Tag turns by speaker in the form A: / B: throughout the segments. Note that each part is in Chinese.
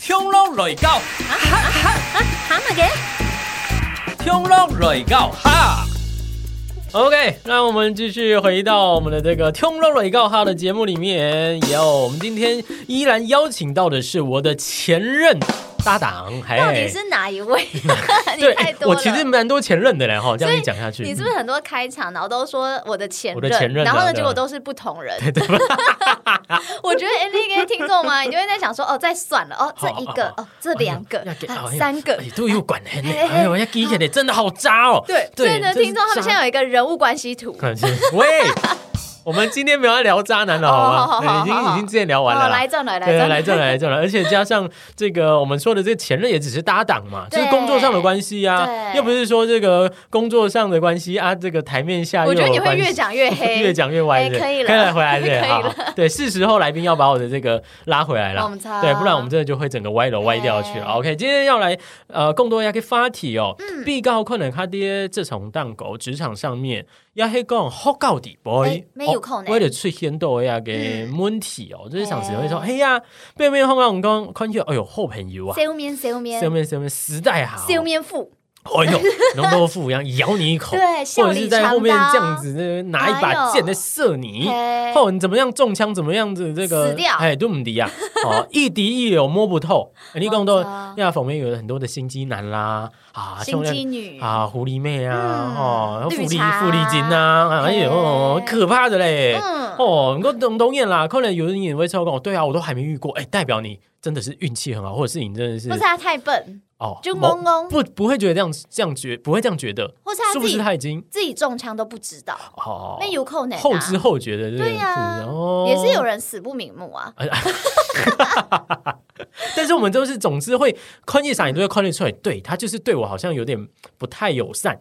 A: 冲浪來教，
B: 啊，喊乜
C: 哎
B: 嘅？
A: 冲浪來教哈。
C: OK，那我们继续回到我们的这个《听漏了告哈》的节目里面。有，我们今天依然邀请到的是我的前任搭档，嘿
B: 到底是哪一位？你
C: 对哎
B: 太，多
C: 我
B: 了。
C: 其实蛮多前任的嘞哈，这样
B: 所以
C: 一讲下去，
B: 你是不是很多开场，然后都说我的前
C: 我的前任啊
B: 然后呢，
C: 对啊
B: 结果都是不同人。 我觉得 N D 给听众嘛，你就会在想说，哦，再算了， 哦，这一个，哦，这两个
C: 要给，
B: 啊
C: 哎呀
B: 三个
C: 哎。都有管痕呢，
B: 哎哎
C: 哎呦，要给给的真的好渣哦。
B: 对，所
C: 对
B: 以呢，
C: 这是
B: 听众他们
C: 渣
B: 现在有一个人物关系图。
C: 可惜，喂，我们今天没有要聊渣男了，
B: 哦好
C: 好
B: 好
C: 吗？
B: 好
C: 哎已经
B: 好
C: 已经之前 聊完
B: 哦，
C: 了啦
B: 来。这来来
C: 对，
B: 这
C: 来这来这了，而且加上这个我们说的这前任也只是搭档嘛，就是工作上的关系啊，
B: 对
C: 又不是说这个工作上的关系啊，这个台面下又
B: 我觉得
C: 有
B: 你会
C: 关系
B: 越讲越黑，
C: 越讲越歪
B: 哎
C: 的，
B: 可以了
C: 回来
B: 可以
C: 对，
B: 了
C: 好好对，是时候来宾要把我的这个拉回来
B: 我
C: 了
B: 们。擦
C: 对，不然我们真的就会整个歪楼歪掉去了。
B: 哎
C: OK，今天要来呃，更多要去发题哦。
B: 嗯
C: 被告可能他爹这从当狗职场上面要去讲好到底 boy，哦
B: 哎没有空呢嗯
C: 为了出现到呀个问题哦，就是想只会说，哎呀，背面碰到我们讲，看起来哎呦好朋友啊，
B: 修面修面
C: 上面上面时代好，啊
B: 修面腹，
C: 哎呦，农伯父一样咬你一口，
B: 对，
C: 或
B: 笑
C: 者是
B: 里
C: 在
B: 藏
C: 后面
B: 刀哎
C: 这样，子呃拿一把剑在射你，
B: 嘿
C: 或者哦你怎么样中枪怎么样子这个
B: 哎死掉
C: 哎，对不敌啊，哦， 一敌一柳摸不透。哎你讲到
B: 没错
C: 亚方面有很多的心机男啦，啊，
B: 心
C: 像
B: 机女，
C: 啊，狐狸妹啊，
B: 嗯
C: 哦，
B: 绿
C: 狐狸
B: 茶
C: 狐狸精啊，哎呦，
B: 嘿
C: 哦可怕的嘞。
B: 嗯，
C: 哦，能够懂懂眼啦，可能有人也会超我，对啊，我都还没遇过，哎，代表你真的是运气很好，或者是你真的是
B: 或是她啊太笨，
C: 哦，
B: 就
C: 某
B: 懵懵
C: 不不会觉得这样这样觉不会这样觉得，
B: 或是她
C: 是
B: 自
C: 不是
B: 己
C: 他已经
B: 自己中枪都不知道，
C: 哦，
B: 那有可能啊
C: 后知后觉的这件
B: 对
C: 事，
B: 呀、
C: 哦，
B: 也是有。人死不瞑目啊。
C: 但是我们都是，总之会看一场，你都会看得出来，对他就是对我好像有点不太友善，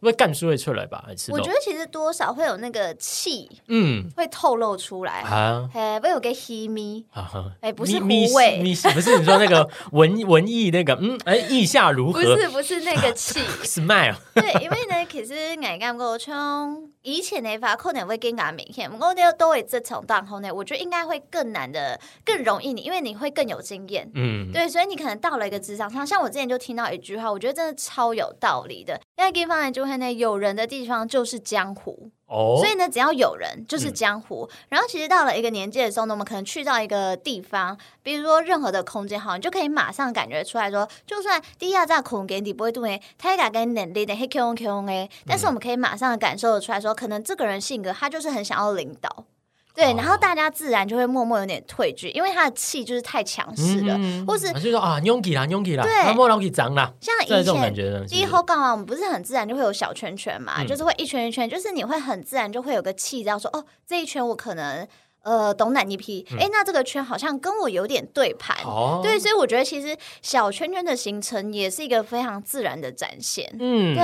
C: 会干出会出来吧？是
B: 我觉得其实多少会有那个气
C: 嗯
B: 会透露出来，
C: 啊。
B: 哎、会有个 he me，
C: 啊哈
B: 哎不是
C: 咪
B: 胡味
C: 咪咪不是你说那个文文艺那个嗯哎意下如
B: 不
C: 何
B: 是不是那个气，
C: smile
B: 对，因为呢，其实眼干过冲，以前的话可能会更加明显，不过呢都会这种当后呢，我觉得应该会更难的，更容易你，因为你会更有经验。
C: 嗯
B: 对，所以你可能到了一个职场上，像我之前就听到一句话，我觉得真的超有道理的。那地方呢，就会呢，有人的地方就是江湖，
C: 哦
B: 所以呢，只要有人就是
C: 嗯
B: 江湖。然后其实到了一个年纪的时候呢，我们可能去到一个地方，比如说任何的空间，好，你就可以马上感觉出来说，就算第一下在空间底不会动诶，他也跟能力的黑 Q Q 诶，但
C: 嗯
B: 是我们可以马上感受得出来说，可能这个人性格他就是很想要领导。对，然
C: 哦
B: 后大家自然就会默默有点退居，因为他的气就是太强势了，或是
C: 啊就说啊拥挤啦拥挤啦，
B: 对
C: 啊莫老给脏啦，
B: 像
C: 这
B: 以
C: 种感
B: 前
C: 觉呢，是
B: 第一
C: 不是
B: 后杠啊，我们不是很自然就会有小圈圈嘛，
C: 嗯
B: 就是会一圈一圈，就是你会很自然就会有个气，这样说哦，这一圈我可能呃懂哪一批，哎、那这个圈好像跟我有点对盘。
C: 嗯哦
B: 对，所以我觉得其实小圈圈的形成也是一个非常自然的展现。
C: 嗯，
B: 对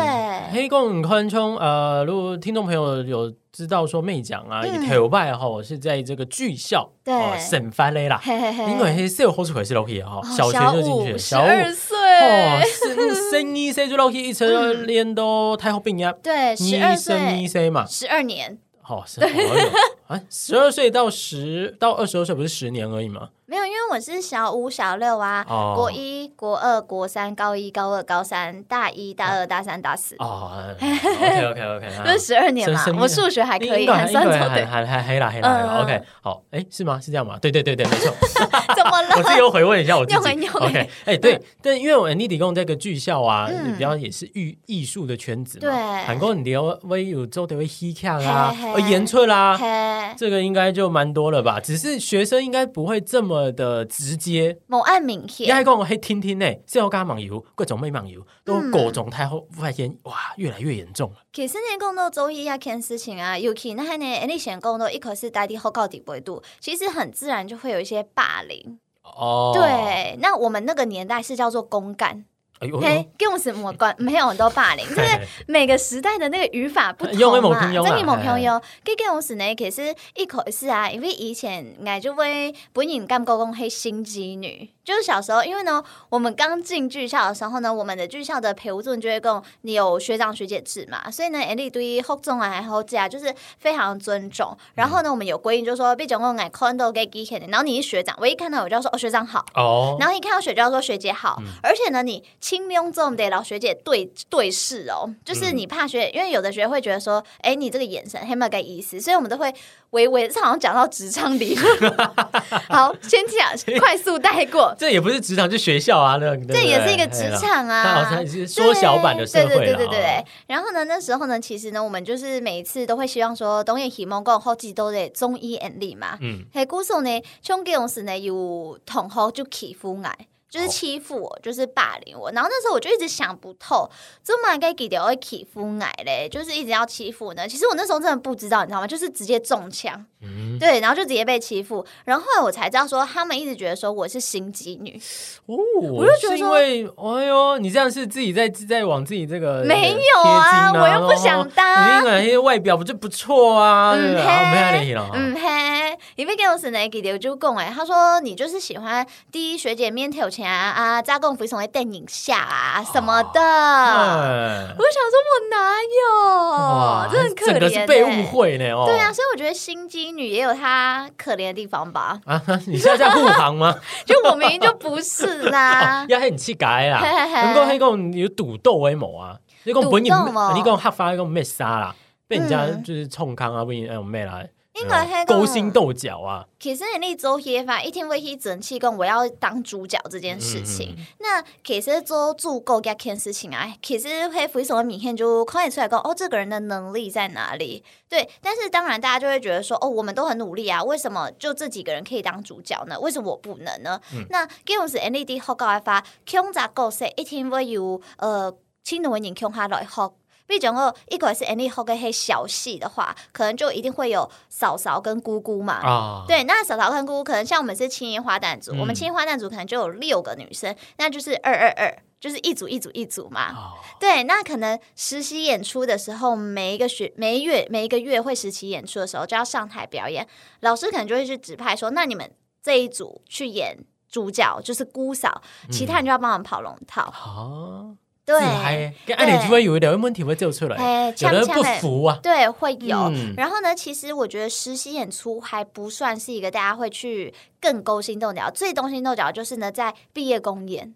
C: 黑共宽冲，呃，如果听众朋友有知道说妹讲啊，
B: 嗯
C: 台外哈，我是在这个剧校
B: 对
C: 哦省翻嘞啦，
B: 嘿嘿嘿，
C: 因为黑社会是回是 l o 哈
B: 哦，
C: 小学就进去了，
B: 五十
C: 小五
B: 二岁，
C: 哦，生生一 C 就 l o 一直连都太后病呀，
B: 对，
C: 一
B: 十二
C: 生一
B: 岁，
C: C 嘛，
B: 十二年，
C: 好，是啊，十二岁到十到二十二岁不是十年而已吗？
B: 没有，因为我是小五、小六啊，
C: 哦
B: 国一、国二、国三、高一、高二、高三、大一、大二、大三、大四，
C: 哦，OK OK OK，
B: 就是十二年嘛
C: 生生，命
B: 我数学还可以，
C: 啊应该
B: 很算
C: 应该
B: 错
C: 还
B: 对，
C: 还还黑啦黑啦黑啦
B: 嗯
C: ，OK，好，哎，是吗？是这样吗？对对对对，没错。
B: 怎么
C: 我自己
B: 了？
C: 又回问一下我自己
B: 又回。又回
C: OK，哎、对，但因为我 Andy 讲这个剧校啊，
B: 嗯
C: 比较也是艺艺术的圈子嘛，
B: 对
C: 韩国你聊微有周的会戏剧啊，
B: 嘿嘿
C: 呃，演出啦，
B: 嘿，
C: 这个应该就蛮多了吧？只是学生应该不会这么的直接。
B: 某案明
C: 你还
B: 显，
C: 讲我嘿听听呢，是要加网游，各种妹网游，都
B: 嗯
C: 各种太后发现哇，越来越严重了。
B: 其实你讲到周一要看事情啊，尤其那还呢，你先讲到一口是代替后告底不度，其实很自然就会有一些霸凌。
C: 哦，
B: 对，那我们那个年代是叫做公干，
C: 哎呦，
B: 嘿， 跟我什么关？没有很多霸凌，就是每个时代的那个语法不
C: 用的
B: 同
C: 无
B: 嘛。
C: 通用啦
B: 这里某朋
C: 嘿
B: 友，佮跟我是呢，其实一口是啊，因为以前俺就为本影干高工黑心机女，就是小时候，因为呢，我们刚进剧校的时候呢，我们的剧校的陪务助理就会跟我你有学长学姐制嘛，所以呢，艾丽对后总啊还后啊，就是非常尊重。然后呢，我们有规定，就是说被总共俺 condo 给 g 然后你一学长，我一看到我就要说哦学长好。
C: 哦，嗯
B: 然后一看到学姐就要说学姐好，而且呢，你清明之后我们得老学姐对对视哦，
C: 嗯
B: 就是你怕学姐，因为有的学姐会觉得说，哎，你这个眼神黑没有个意思，所以我们都会微微，这好像讲到职场理论。 好，先讲快速带过，
C: 这也不是职场，就学校啊，那个
B: 这也是一个职。场
C: 那好
B: 啊，
C: 像是缩小版的社会
B: 对对对
C: 啦
B: 对对
C: 哦
B: 对。然后呢，那时候呢，其实呢，我们就是每一次都会希望说，东野喜梦跟后继都得中医眼力嘛。
C: 嗯，
B: 嘿，故事呢，冲给我时呢有同伙就欺负我，
C: 哦
B: 就是欺负我，就是霸凌我。然后那时候我就一直想不透，怎么该给掉会欺负我嘞？就是一直要欺负呢。其实我那时候真的不知道，你知道吗？就是直接中枪，
C: 嗯
B: 对，然后就直接被欺负。然后后来我才知道说，他们一直觉得说我是心机女，
C: 哦，
B: 我就觉得
C: 是因为，哎呦，你这样是自己在在往自己这个
B: 没有啊
C: 贴金
B: 我又不想当
C: 然后你那个外表不就不错啊，对不对
B: 嗯嘿
C: 好，没哦有联系了。
B: 嗯嘿，因为给我是那给的就讲哎，他说你就是喜欢第一学姐面条前啊啊，扎共服从的电影下啊什么的。
C: 嗯，
B: 我想说，我哪
C: 哇，
B: 哦有？这很可
C: 整
B: 怜、欸
C: 个是被误。会呢哦。。
B: 对啊，所以我觉得心机女也有她可怜的地方吧
C: 啊， 你现在在护航 吗？
B: 就我明明就不是 啦
C: 哦，要很气改 啦，
B: 嘿嘿嘿
C: 能够黑讲有赌斗为谋啊，你讲本你
B: 赌斗哦
C: 你讲黑发，你讲咩杀啦，啊被人家
B: 嗯
C: 就是冲康啊，被人家有咩啦，
B: 应该
C: 嗯
B: 黑
C: 勾心。斗角啊，
B: 可是你做黑法，一天为一整气跟我要当主角这件事情，那可是做足够这件事情啊，可是黑福一什么明显就看得出来说，哦，这个人的能力在哪里？对，但是当然大家就会觉得说，哦，我们都很努力啊，为什么就这几个人可以当主角呢？为什么我不能呢？那 Games LED 后高啊发 k u n g 咋够说一天会有呃，青龙人 k u n g 他来后。比如讲哦，一个是 Andy 后跟黑小戏的话，可能就一定会有嫂嫂跟姑姑嘛。
C: 啊，
B: 对，那嫂嫂跟姑姑可能像我们是青衣花旦组，我们
C: 嗯
B: 青衣花旦组可能就有六个女生，那就是二二二，就是一组一组一组嘛。
C: 哦
B: 对，那可能实习演出的时候，每一个学每一月每一个月会实习演出的时候就要上台表演，老师可能就会去指派说，那你们这一组去演主角就是姑嫂，其他人就要帮忙跑龙套。
C: 啊，
B: 对
C: 嗯自嗨，跟爱你就会有一点问题会做出来，
B: 哎，
C: 有
B: 呛
C: 人
B: 呛
C: 不
B: 的
C: 服啊，
B: 对，会有。
C: 嗯
B: 然后呢，其实我觉得实习演出还不算是一个大家会去更勾心斗角，最勾心斗角就是呢，在毕业公演，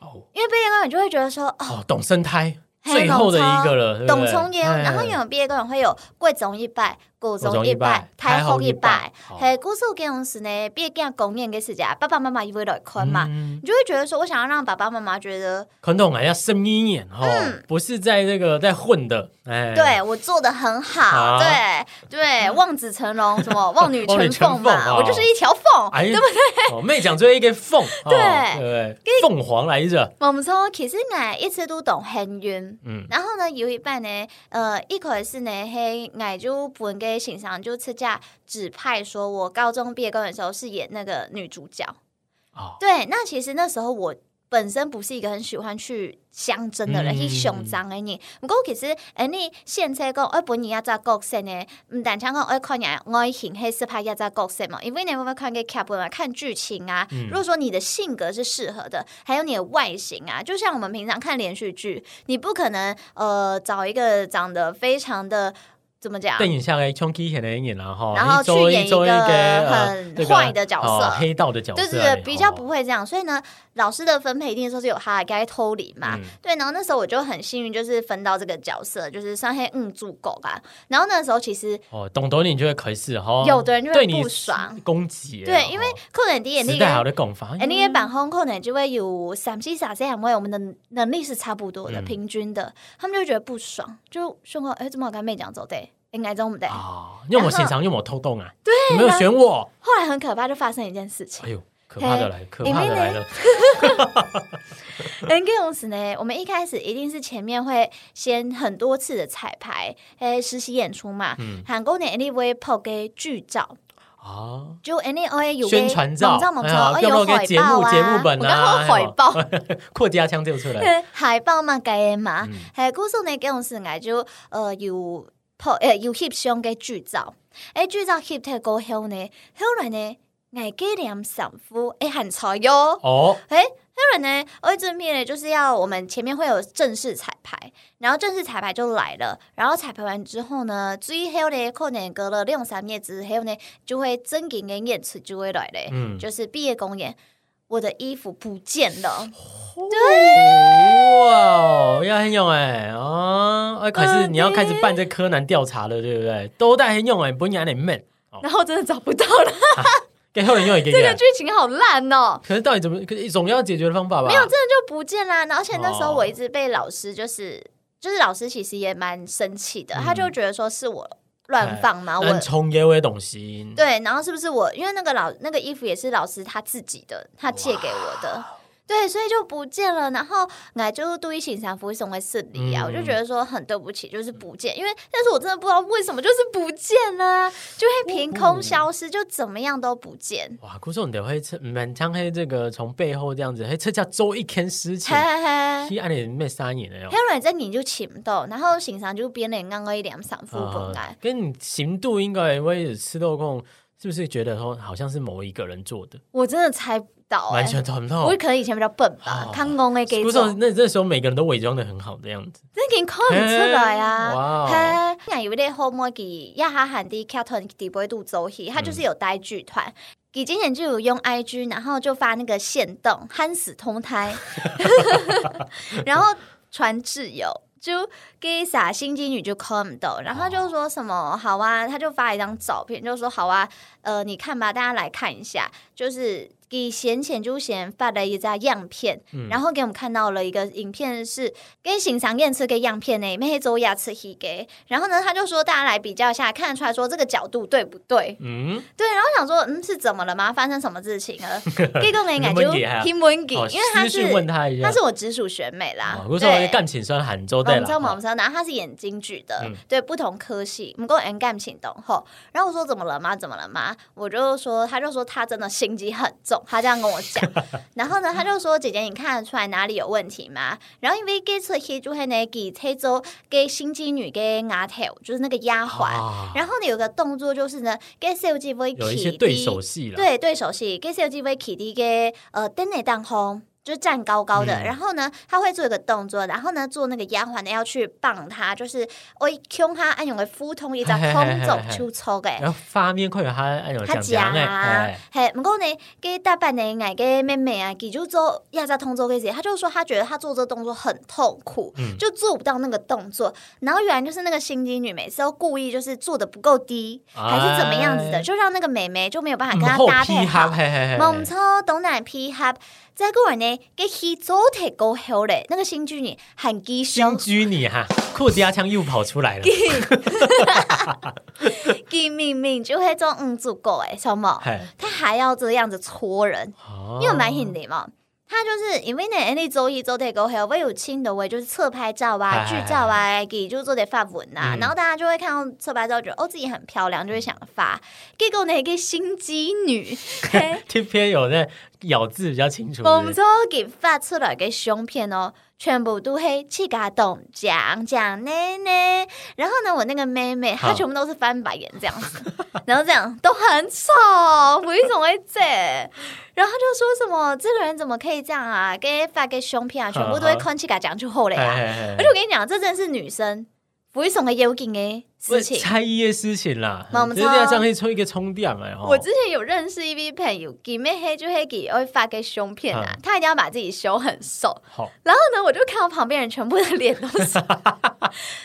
C: 哦
B: 因为毕业公演你就会觉得说，哦，
C: 哦，董生胎
B: 嘿
C: 最后的一个了，对不对
B: 董聪也有，
C: 哎
B: 然后有毕业公演会有贵总一拜。古
C: 古
B: 总
C: 总
B: 一
C: 一拜
B: 拜，台
C: 台后
B: 后一
C: 一
B: 拜
C: 拜，好
B: 嘿，故事给我们是呢，毕业公公演给自家爸爸妈妈也会来看嘛，
C: 嗯
B: 你就会觉得说，我想要让爸爸妈妈觉得，
C: 传统还要深一点哦
B: 嗯，
C: 不是在这个在混的，哎，
B: 对我做的很好，
C: 好嗯
B: 对对，望子成龙，什么望女
C: 望女
B: 成
C: 成
B: 凤
C: 凤
B: 嘛，我就是一条凤，
C: 哎，对不对？哦，妹讲出一个 凤，哦
B: 对
C: 对不对，凤凰来着，
B: 我们说，其实我一直都懂很晕，
C: 嗯，
B: 然后呢，有一半呢，呃，一口是呢，嘿，我就本给欣赏，就自家指派说，我高中毕业公演的时候是演那个女主角。
C: 哦，
B: 对，那其实那时候我本身不是一个很喜欢去相争的人，
C: 嗯
B: 去凶张的你。不过其实，哎，你现在讲，哎，本人也在角色呢，唔但像讲，哎，看人外形，黑是怕也在角色嘛，因为你会看个剧本嘛，看剧情啊。
C: 嗯
B: 如果说你的性格是适合的，还有你的外形啊，就像我们平常看连续剧，你不可能呃找一个长得非常的怎么讲，
C: 电影下来冲击很难演了哈，
B: 啊然后
C: 一周
B: 去演
C: 一周
B: 一个
C: 呃
B: 很
C: 这个
B: 坏的角色
C: 哦黑道的角色哦
B: 对
C: 啊，
B: 对对，
C: 你
B: 比较不会这样。所以呢，老师的分配一定说是有他该偷灵嘛。
C: 嗯
B: 对，然后那时候我就很幸运，就是分到这个角色，就是上黑嗯住狗啊。然后那时候其实
C: 哦，懂得你就会可是哈，
B: 有的人就会
C: 对你
B: 不爽
C: 攻击，
B: 对，因为
C: 哦
B: 扣点低眼那
C: 时代好
B: 个。
C: 的讲法，
B: 哎，那些板红扣点就会有三七傻三，因为我们的能力是差不多的，
C: 嗯
B: 平均的，他们就觉得不爽，就胸口哎，怎么我跟妹讲走对，应该怎么对？
C: 啊，因为我现场，因为我偷动啊，对，
B: 对
C: 没有
B: 然后
C: 选我，
B: 后来很可怕，就发生一件事情
C: 哎。呦，可怕的
B: 嘿
C: 来，可
B: 因
C: 怕
B: 为
C: 的
B: 呢
C: 来了，
B: N G 用词呢，我们一开始一定是前面会先很多次的彩排，诶，实习演出嘛，
C: 嗯
B: 韩国的 Anyway 抛给剧照，
C: 啊，
B: 就 N A O A 有
C: 宣传照
B: 网站网
C: 哎呀
B: 站，
C: 要
B: 哎
C: 不要
B: 有
C: 给
B: 海
C: 节目
B: 报啊，
C: 节目本
B: 我
C: 啊
B: 刚好海报，
C: 扩家腔就出来。
B: 海报嘛，该嘛
C: 嗯，
B: 还故事呢，讲是爱就呃有拍呃有翕相嘅剧照，诶剧照翕太过后呢，后来呢，爱给两sản妇诶很潮哟。
C: 哦，
B: 哎，当然呢，欧正片呢，就是要我们前面会有正式彩排，然后正式彩排就来了，然后彩排完之后呢，最后呢，可能隔了两三日之后呢，就会真景的演出就会来嘞，
C: 嗯
B: 就是毕业公演，我的衣服不见了，
C: 哇哦，要很用哎啊！哎，可是你要开始办这柯南调查了，对不对？都带很用哎，不然你闷。哦，
B: 然后真的找不到了，
C: 给后人用一个
B: 这个
C: 月
B: 剧。情好烂哦。
C: 可是到底怎么？可是总要解决的方法吧？
B: 没有，真的就不见啦。然后而且那时候
C: 哦
B: 我一直被老师就是就是老师其实也蛮生气
C: 嗯
B: 的，他就觉得说是我乱放嘛，我
C: 但重也会懂心。
B: 对，然后是不是我？因为那个老那个衣服也是老师他自己的，他借给我的。对，所以就不见了。然后俺就对一请三福送回市里啊，
C: 嗯
B: 我就觉得说很对不起，就是不见。因为但是我真的不知道为什么就是不见了啊，就会
C: 哦
B: 凭空消失，就怎么样都不见。
C: 哇，估计你得会测满腔黑这个从背后这样子，嘿，这叫周一天事情
B: 嘿。嘿嘿，
C: 西安的哦咩三年了哟
B: 还。有人在你就请到，然后请三就边脸刚刚一两三副本来。
C: 啊跟你行度应该也会有吃豆控，是不是觉得说好像是某一个人做的？
B: 我真的猜不到哎、
C: 完全找不到
B: 我。可能以前比较笨吧
C: 哦，
B: 看工哎给
C: 不
B: 做。
C: 是，那这时候每个人都伪装的很好的样子。
B: 你健康唔出来啊！
C: 嘿哇哦
B: 哇！人有咧好每期亚哈韩的剧团底部度走戏，他就是有带剧团。几今年就有用 IG，然后就发那个线动，憨死通胎，然后传挚友，就给撒心机女就 come 到，然后就说什么好啊，他就发一张照片，就说好啊，呃，你看吧，大家来看一下，就是给闲钱就闲发了一张样片，然后给我们看到了一个影片是跟欣赏验吃个样片呢，每周牙齿黑给，然后呢，他就说大家来比较一下，看得出来说这个角度对不对？
C: 嗯，
B: 对，然后想说，嗯，是怎么了吗？发生什么事情 了？结果没感
C: 你
B: 就
C: 问题啊
B: 听文给，
C: 好，
B: 因为他
C: 私
B: 是
C: 讯问他一下。
B: 他是我直属学妹啦
C: 哦，，我说
B: 对
C: 我。干请酸喊周
B: 哦我
C: 对
B: 们知道，我
C: 了
B: 们。知道，然后他是演京剧的，
C: 嗯
B: 对不同科系，我们跟 N 干行动后，然后我说怎么了吗？怎么了吗？我就说，他就说他真的心机很重，他这样跟我讲。 然后呢，他就说姐姐，你看得出来哪里有问题吗？然后因为这次黑就会呢给这周给心机女给牙条，就是那个丫鬟。
C: 啊
B: 然后呢，有个动作就是呢，给 C O G V
C: 有一些对手戏了。
B: 对对手戏，给 C O G V 起的给呃灯内当空。就站高高的，
C: 嗯
B: 然后呢，他会做一个动作，然后呢，做那个丫鬟呢要去帮他，就是我一凶他，按用个腹 通一张
C: 嘿嘿嘿嘿
B: 空
C: 嘿
B: 走出抽的。
C: 然后发面快有他哎呦
B: 他
C: 讲讲
B: 啊
C: 哎，，
B: 嘿，不过呢，给大半呢，俺给妹妹啊，给就做亚在通州给谁，他就说他觉得他做这个动作很痛苦，
C: 嗯
B: 就做不到那个动作。然后原来就是那个心机女每次都故意就是做的不够低，还是怎么样子的，
C: 哎
B: 就让那个妹妹就没有办法
C: 嗯
B: 跟她
C: 后
B: 搭配
C: 劈哈
B: 好。
C: 嘿嘿嘿
B: 猛
C: 嘿。
B: 超东南 P hub，再过来呢，给 he 走腿够好嘞，那个新剧女很
C: 金
B: 低胸，
C: 居你哈，裤子压枪又跑出来了。
B: 给明明就会做嗯足够哎，小毛，
C: 嘿
B: 他还要这样子戳人，
C: 哦
B: 你有蛮显的嘛？他就是因为呢，安尼周一周得过后，我有亲的，我就是侧拍照啊、
C: 哎
B: 剧照啊，给就做点发文呐、
C: 嗯
B: 然后大家就会看到侧拍照，觉得哦自己很漂亮，就会想发。结果呢，一个心机 女，嘿
C: 这篇有在咬字比较清楚。
B: 我们
C: 是不是
B: 就给发出来个胸片哦，全部都黑气嘎懂讲讲呢呢。然后呢，我那个妹妹她
C: 好
B: 全部都是翻白眼这样 子，然后这样都很丑，为什么会这？ 然后她就说什么这个人怎么可以这样啊？给发给胸片啊，全部都会
C: 好好
B: 空气嘎讲出后来啊。
C: 嘿嘿
B: 而且我跟你讲，这真的是女生不会送给有劲的
C: 不
B: 事
C: 是
B: 情。
C: 猜一的事情啦，
B: 那我们
C: 直接这样
B: 说
C: 可以抽一个充电嘛？吼
B: 我之前有认识一批朋友，给妹黑就黑给会发给胸片啊
C: 嗯，
B: 她一定要把自己修很瘦。
C: 好
B: 然后呢，我就看到旁边人全部的脸都 是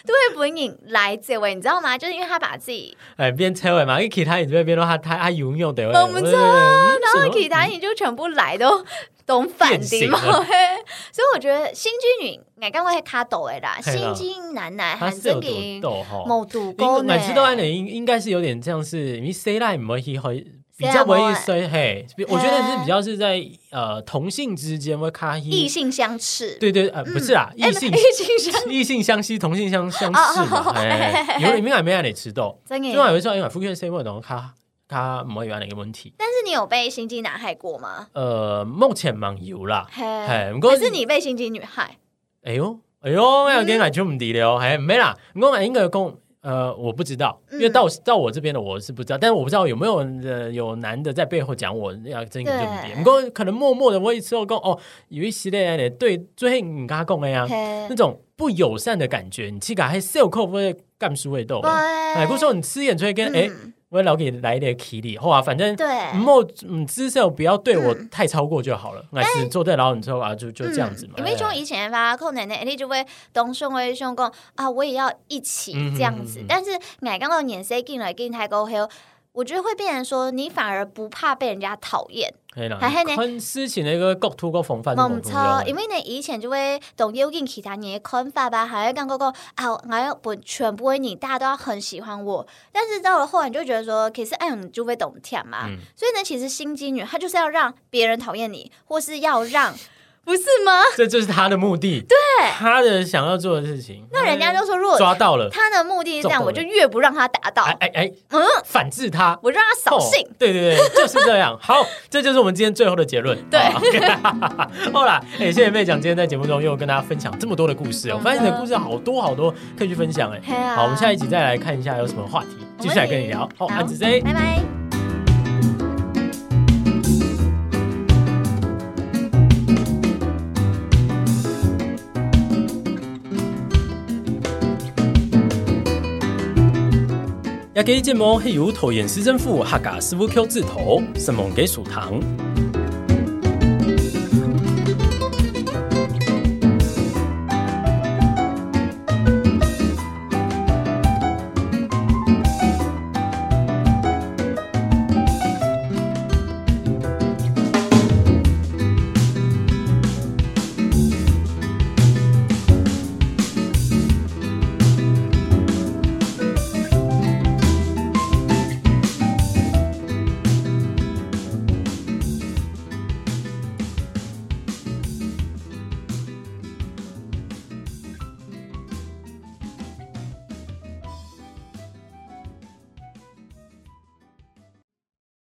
B: 对不引来这位，你知道吗？就是因为他把自己，
C: 哎边猜尾嘛，一其他你这边变的话，他他游泳的，
B: 我们知道然后其他
C: 你
B: 你就全部来都懂反的嘛
C: 变形了
B: 嘿， 所以我觉得新居女，你刚刚卡抖的啦，
C: 嘿啦
B: 新居男男
C: 他
B: 还
C: 是
B: 真
C: 有
B: 给
C: 多逗哈。
B: 某赌
C: 应
B: 勾呢
C: 每，次都按你应应该是有点像是你 say line 没去会比较不会 say 嘿，我觉得是比较是在呃同性之间会卡
B: 异
C: 一，
B: 性相斥，
C: 对对呃不是啊，
B: 哎
C: 异性
B: 异性哦相，
C: 异性相吸，同性相相斥嘛，哎，有点没爱没爱你吃豆，
B: 真的
C: 另外有一种哎，福建 C 我懂卡他唔可以有呢个问题。
B: 但是你有被心机男害过吗？
C: 呃，目前冇有啦，
B: 嘿，
C: 係唔過
B: 还是你被心机女害？
C: 哎呦，哎呦，要跟俺就唔得了，
B: 嗯
C: 还没啦。我们应该公，呃，我不知道，因为到到我这边的我是不知道，但是我不知道有没有呃有男的在背后讲我要真个就唔得。
B: 對
C: 不过可能默默的我一次我讲哦，有一系列的对，最近唔敢讲的呀、
B: 嘿
C: 啊那，种不友善的感觉，你去搞还 sell 扣会干输味道。哎，故说你吃眼吹跟哎，
B: 嗯
C: 我老给来一点体力，后啊，反正
B: 对，
C: 莫嗯姿势不要对我
B: 嗯哎
C: 太超过就好了，俺是坐在老你之后啊，就就这样子嘛。哎
B: 因为从嗯以前发扣奶奶，你就会懂胸为胸讲啊，我也要一起这样子。
C: 嗯嗯嗯嗯
B: 但是奶刚到年 C 进来进太高黑，我觉得会变成说你反而不怕被人家讨厌。
C: 系啦，
B: 係係你
C: 昆斯前那个国土个防范都冇
B: 冇错，因
C: 用，
B: 为你以前就会懂有点其他人的看法吧，还会讲过讲啊，我要本全部的你大家都要很喜欢我。但是到了后来，你就觉得说，其实哎，你就会懂甜嘛。
C: 嗯
B: 所以呢，其实心机女她就是要让别人讨厌你，或是要 让，不是吗？
C: 这就是他的目的，对，他的想要做的事情。
B: 那人家就说，如
C: 抓
B: 果
C: 到了，
B: 她的目的是这样，
C: 中
B: 我
C: 毒了
B: 就越不让她达到，
C: 哎哎哎，
B: 嗯，
C: 反制他，
B: 我让她扫兴
C: 哦。对对对，就是这 样。好，这就是我们今天最后的结论。
B: 对
C: 好好 啦，哎、谢谢妹讲，今天在节目中又跟大家分享这么多的故事，我哦发现你的故事好多好多可以去分享哎、
B: 嘿嗯啊
C: 好，我们下一集再来看一下有什么话题，继续来跟你聊。好，安子 Z，
B: 拜拜。
C: 也给建模黑油头眼失真腹，哈嘎师傅 Q 字头，圣蒙给属堂。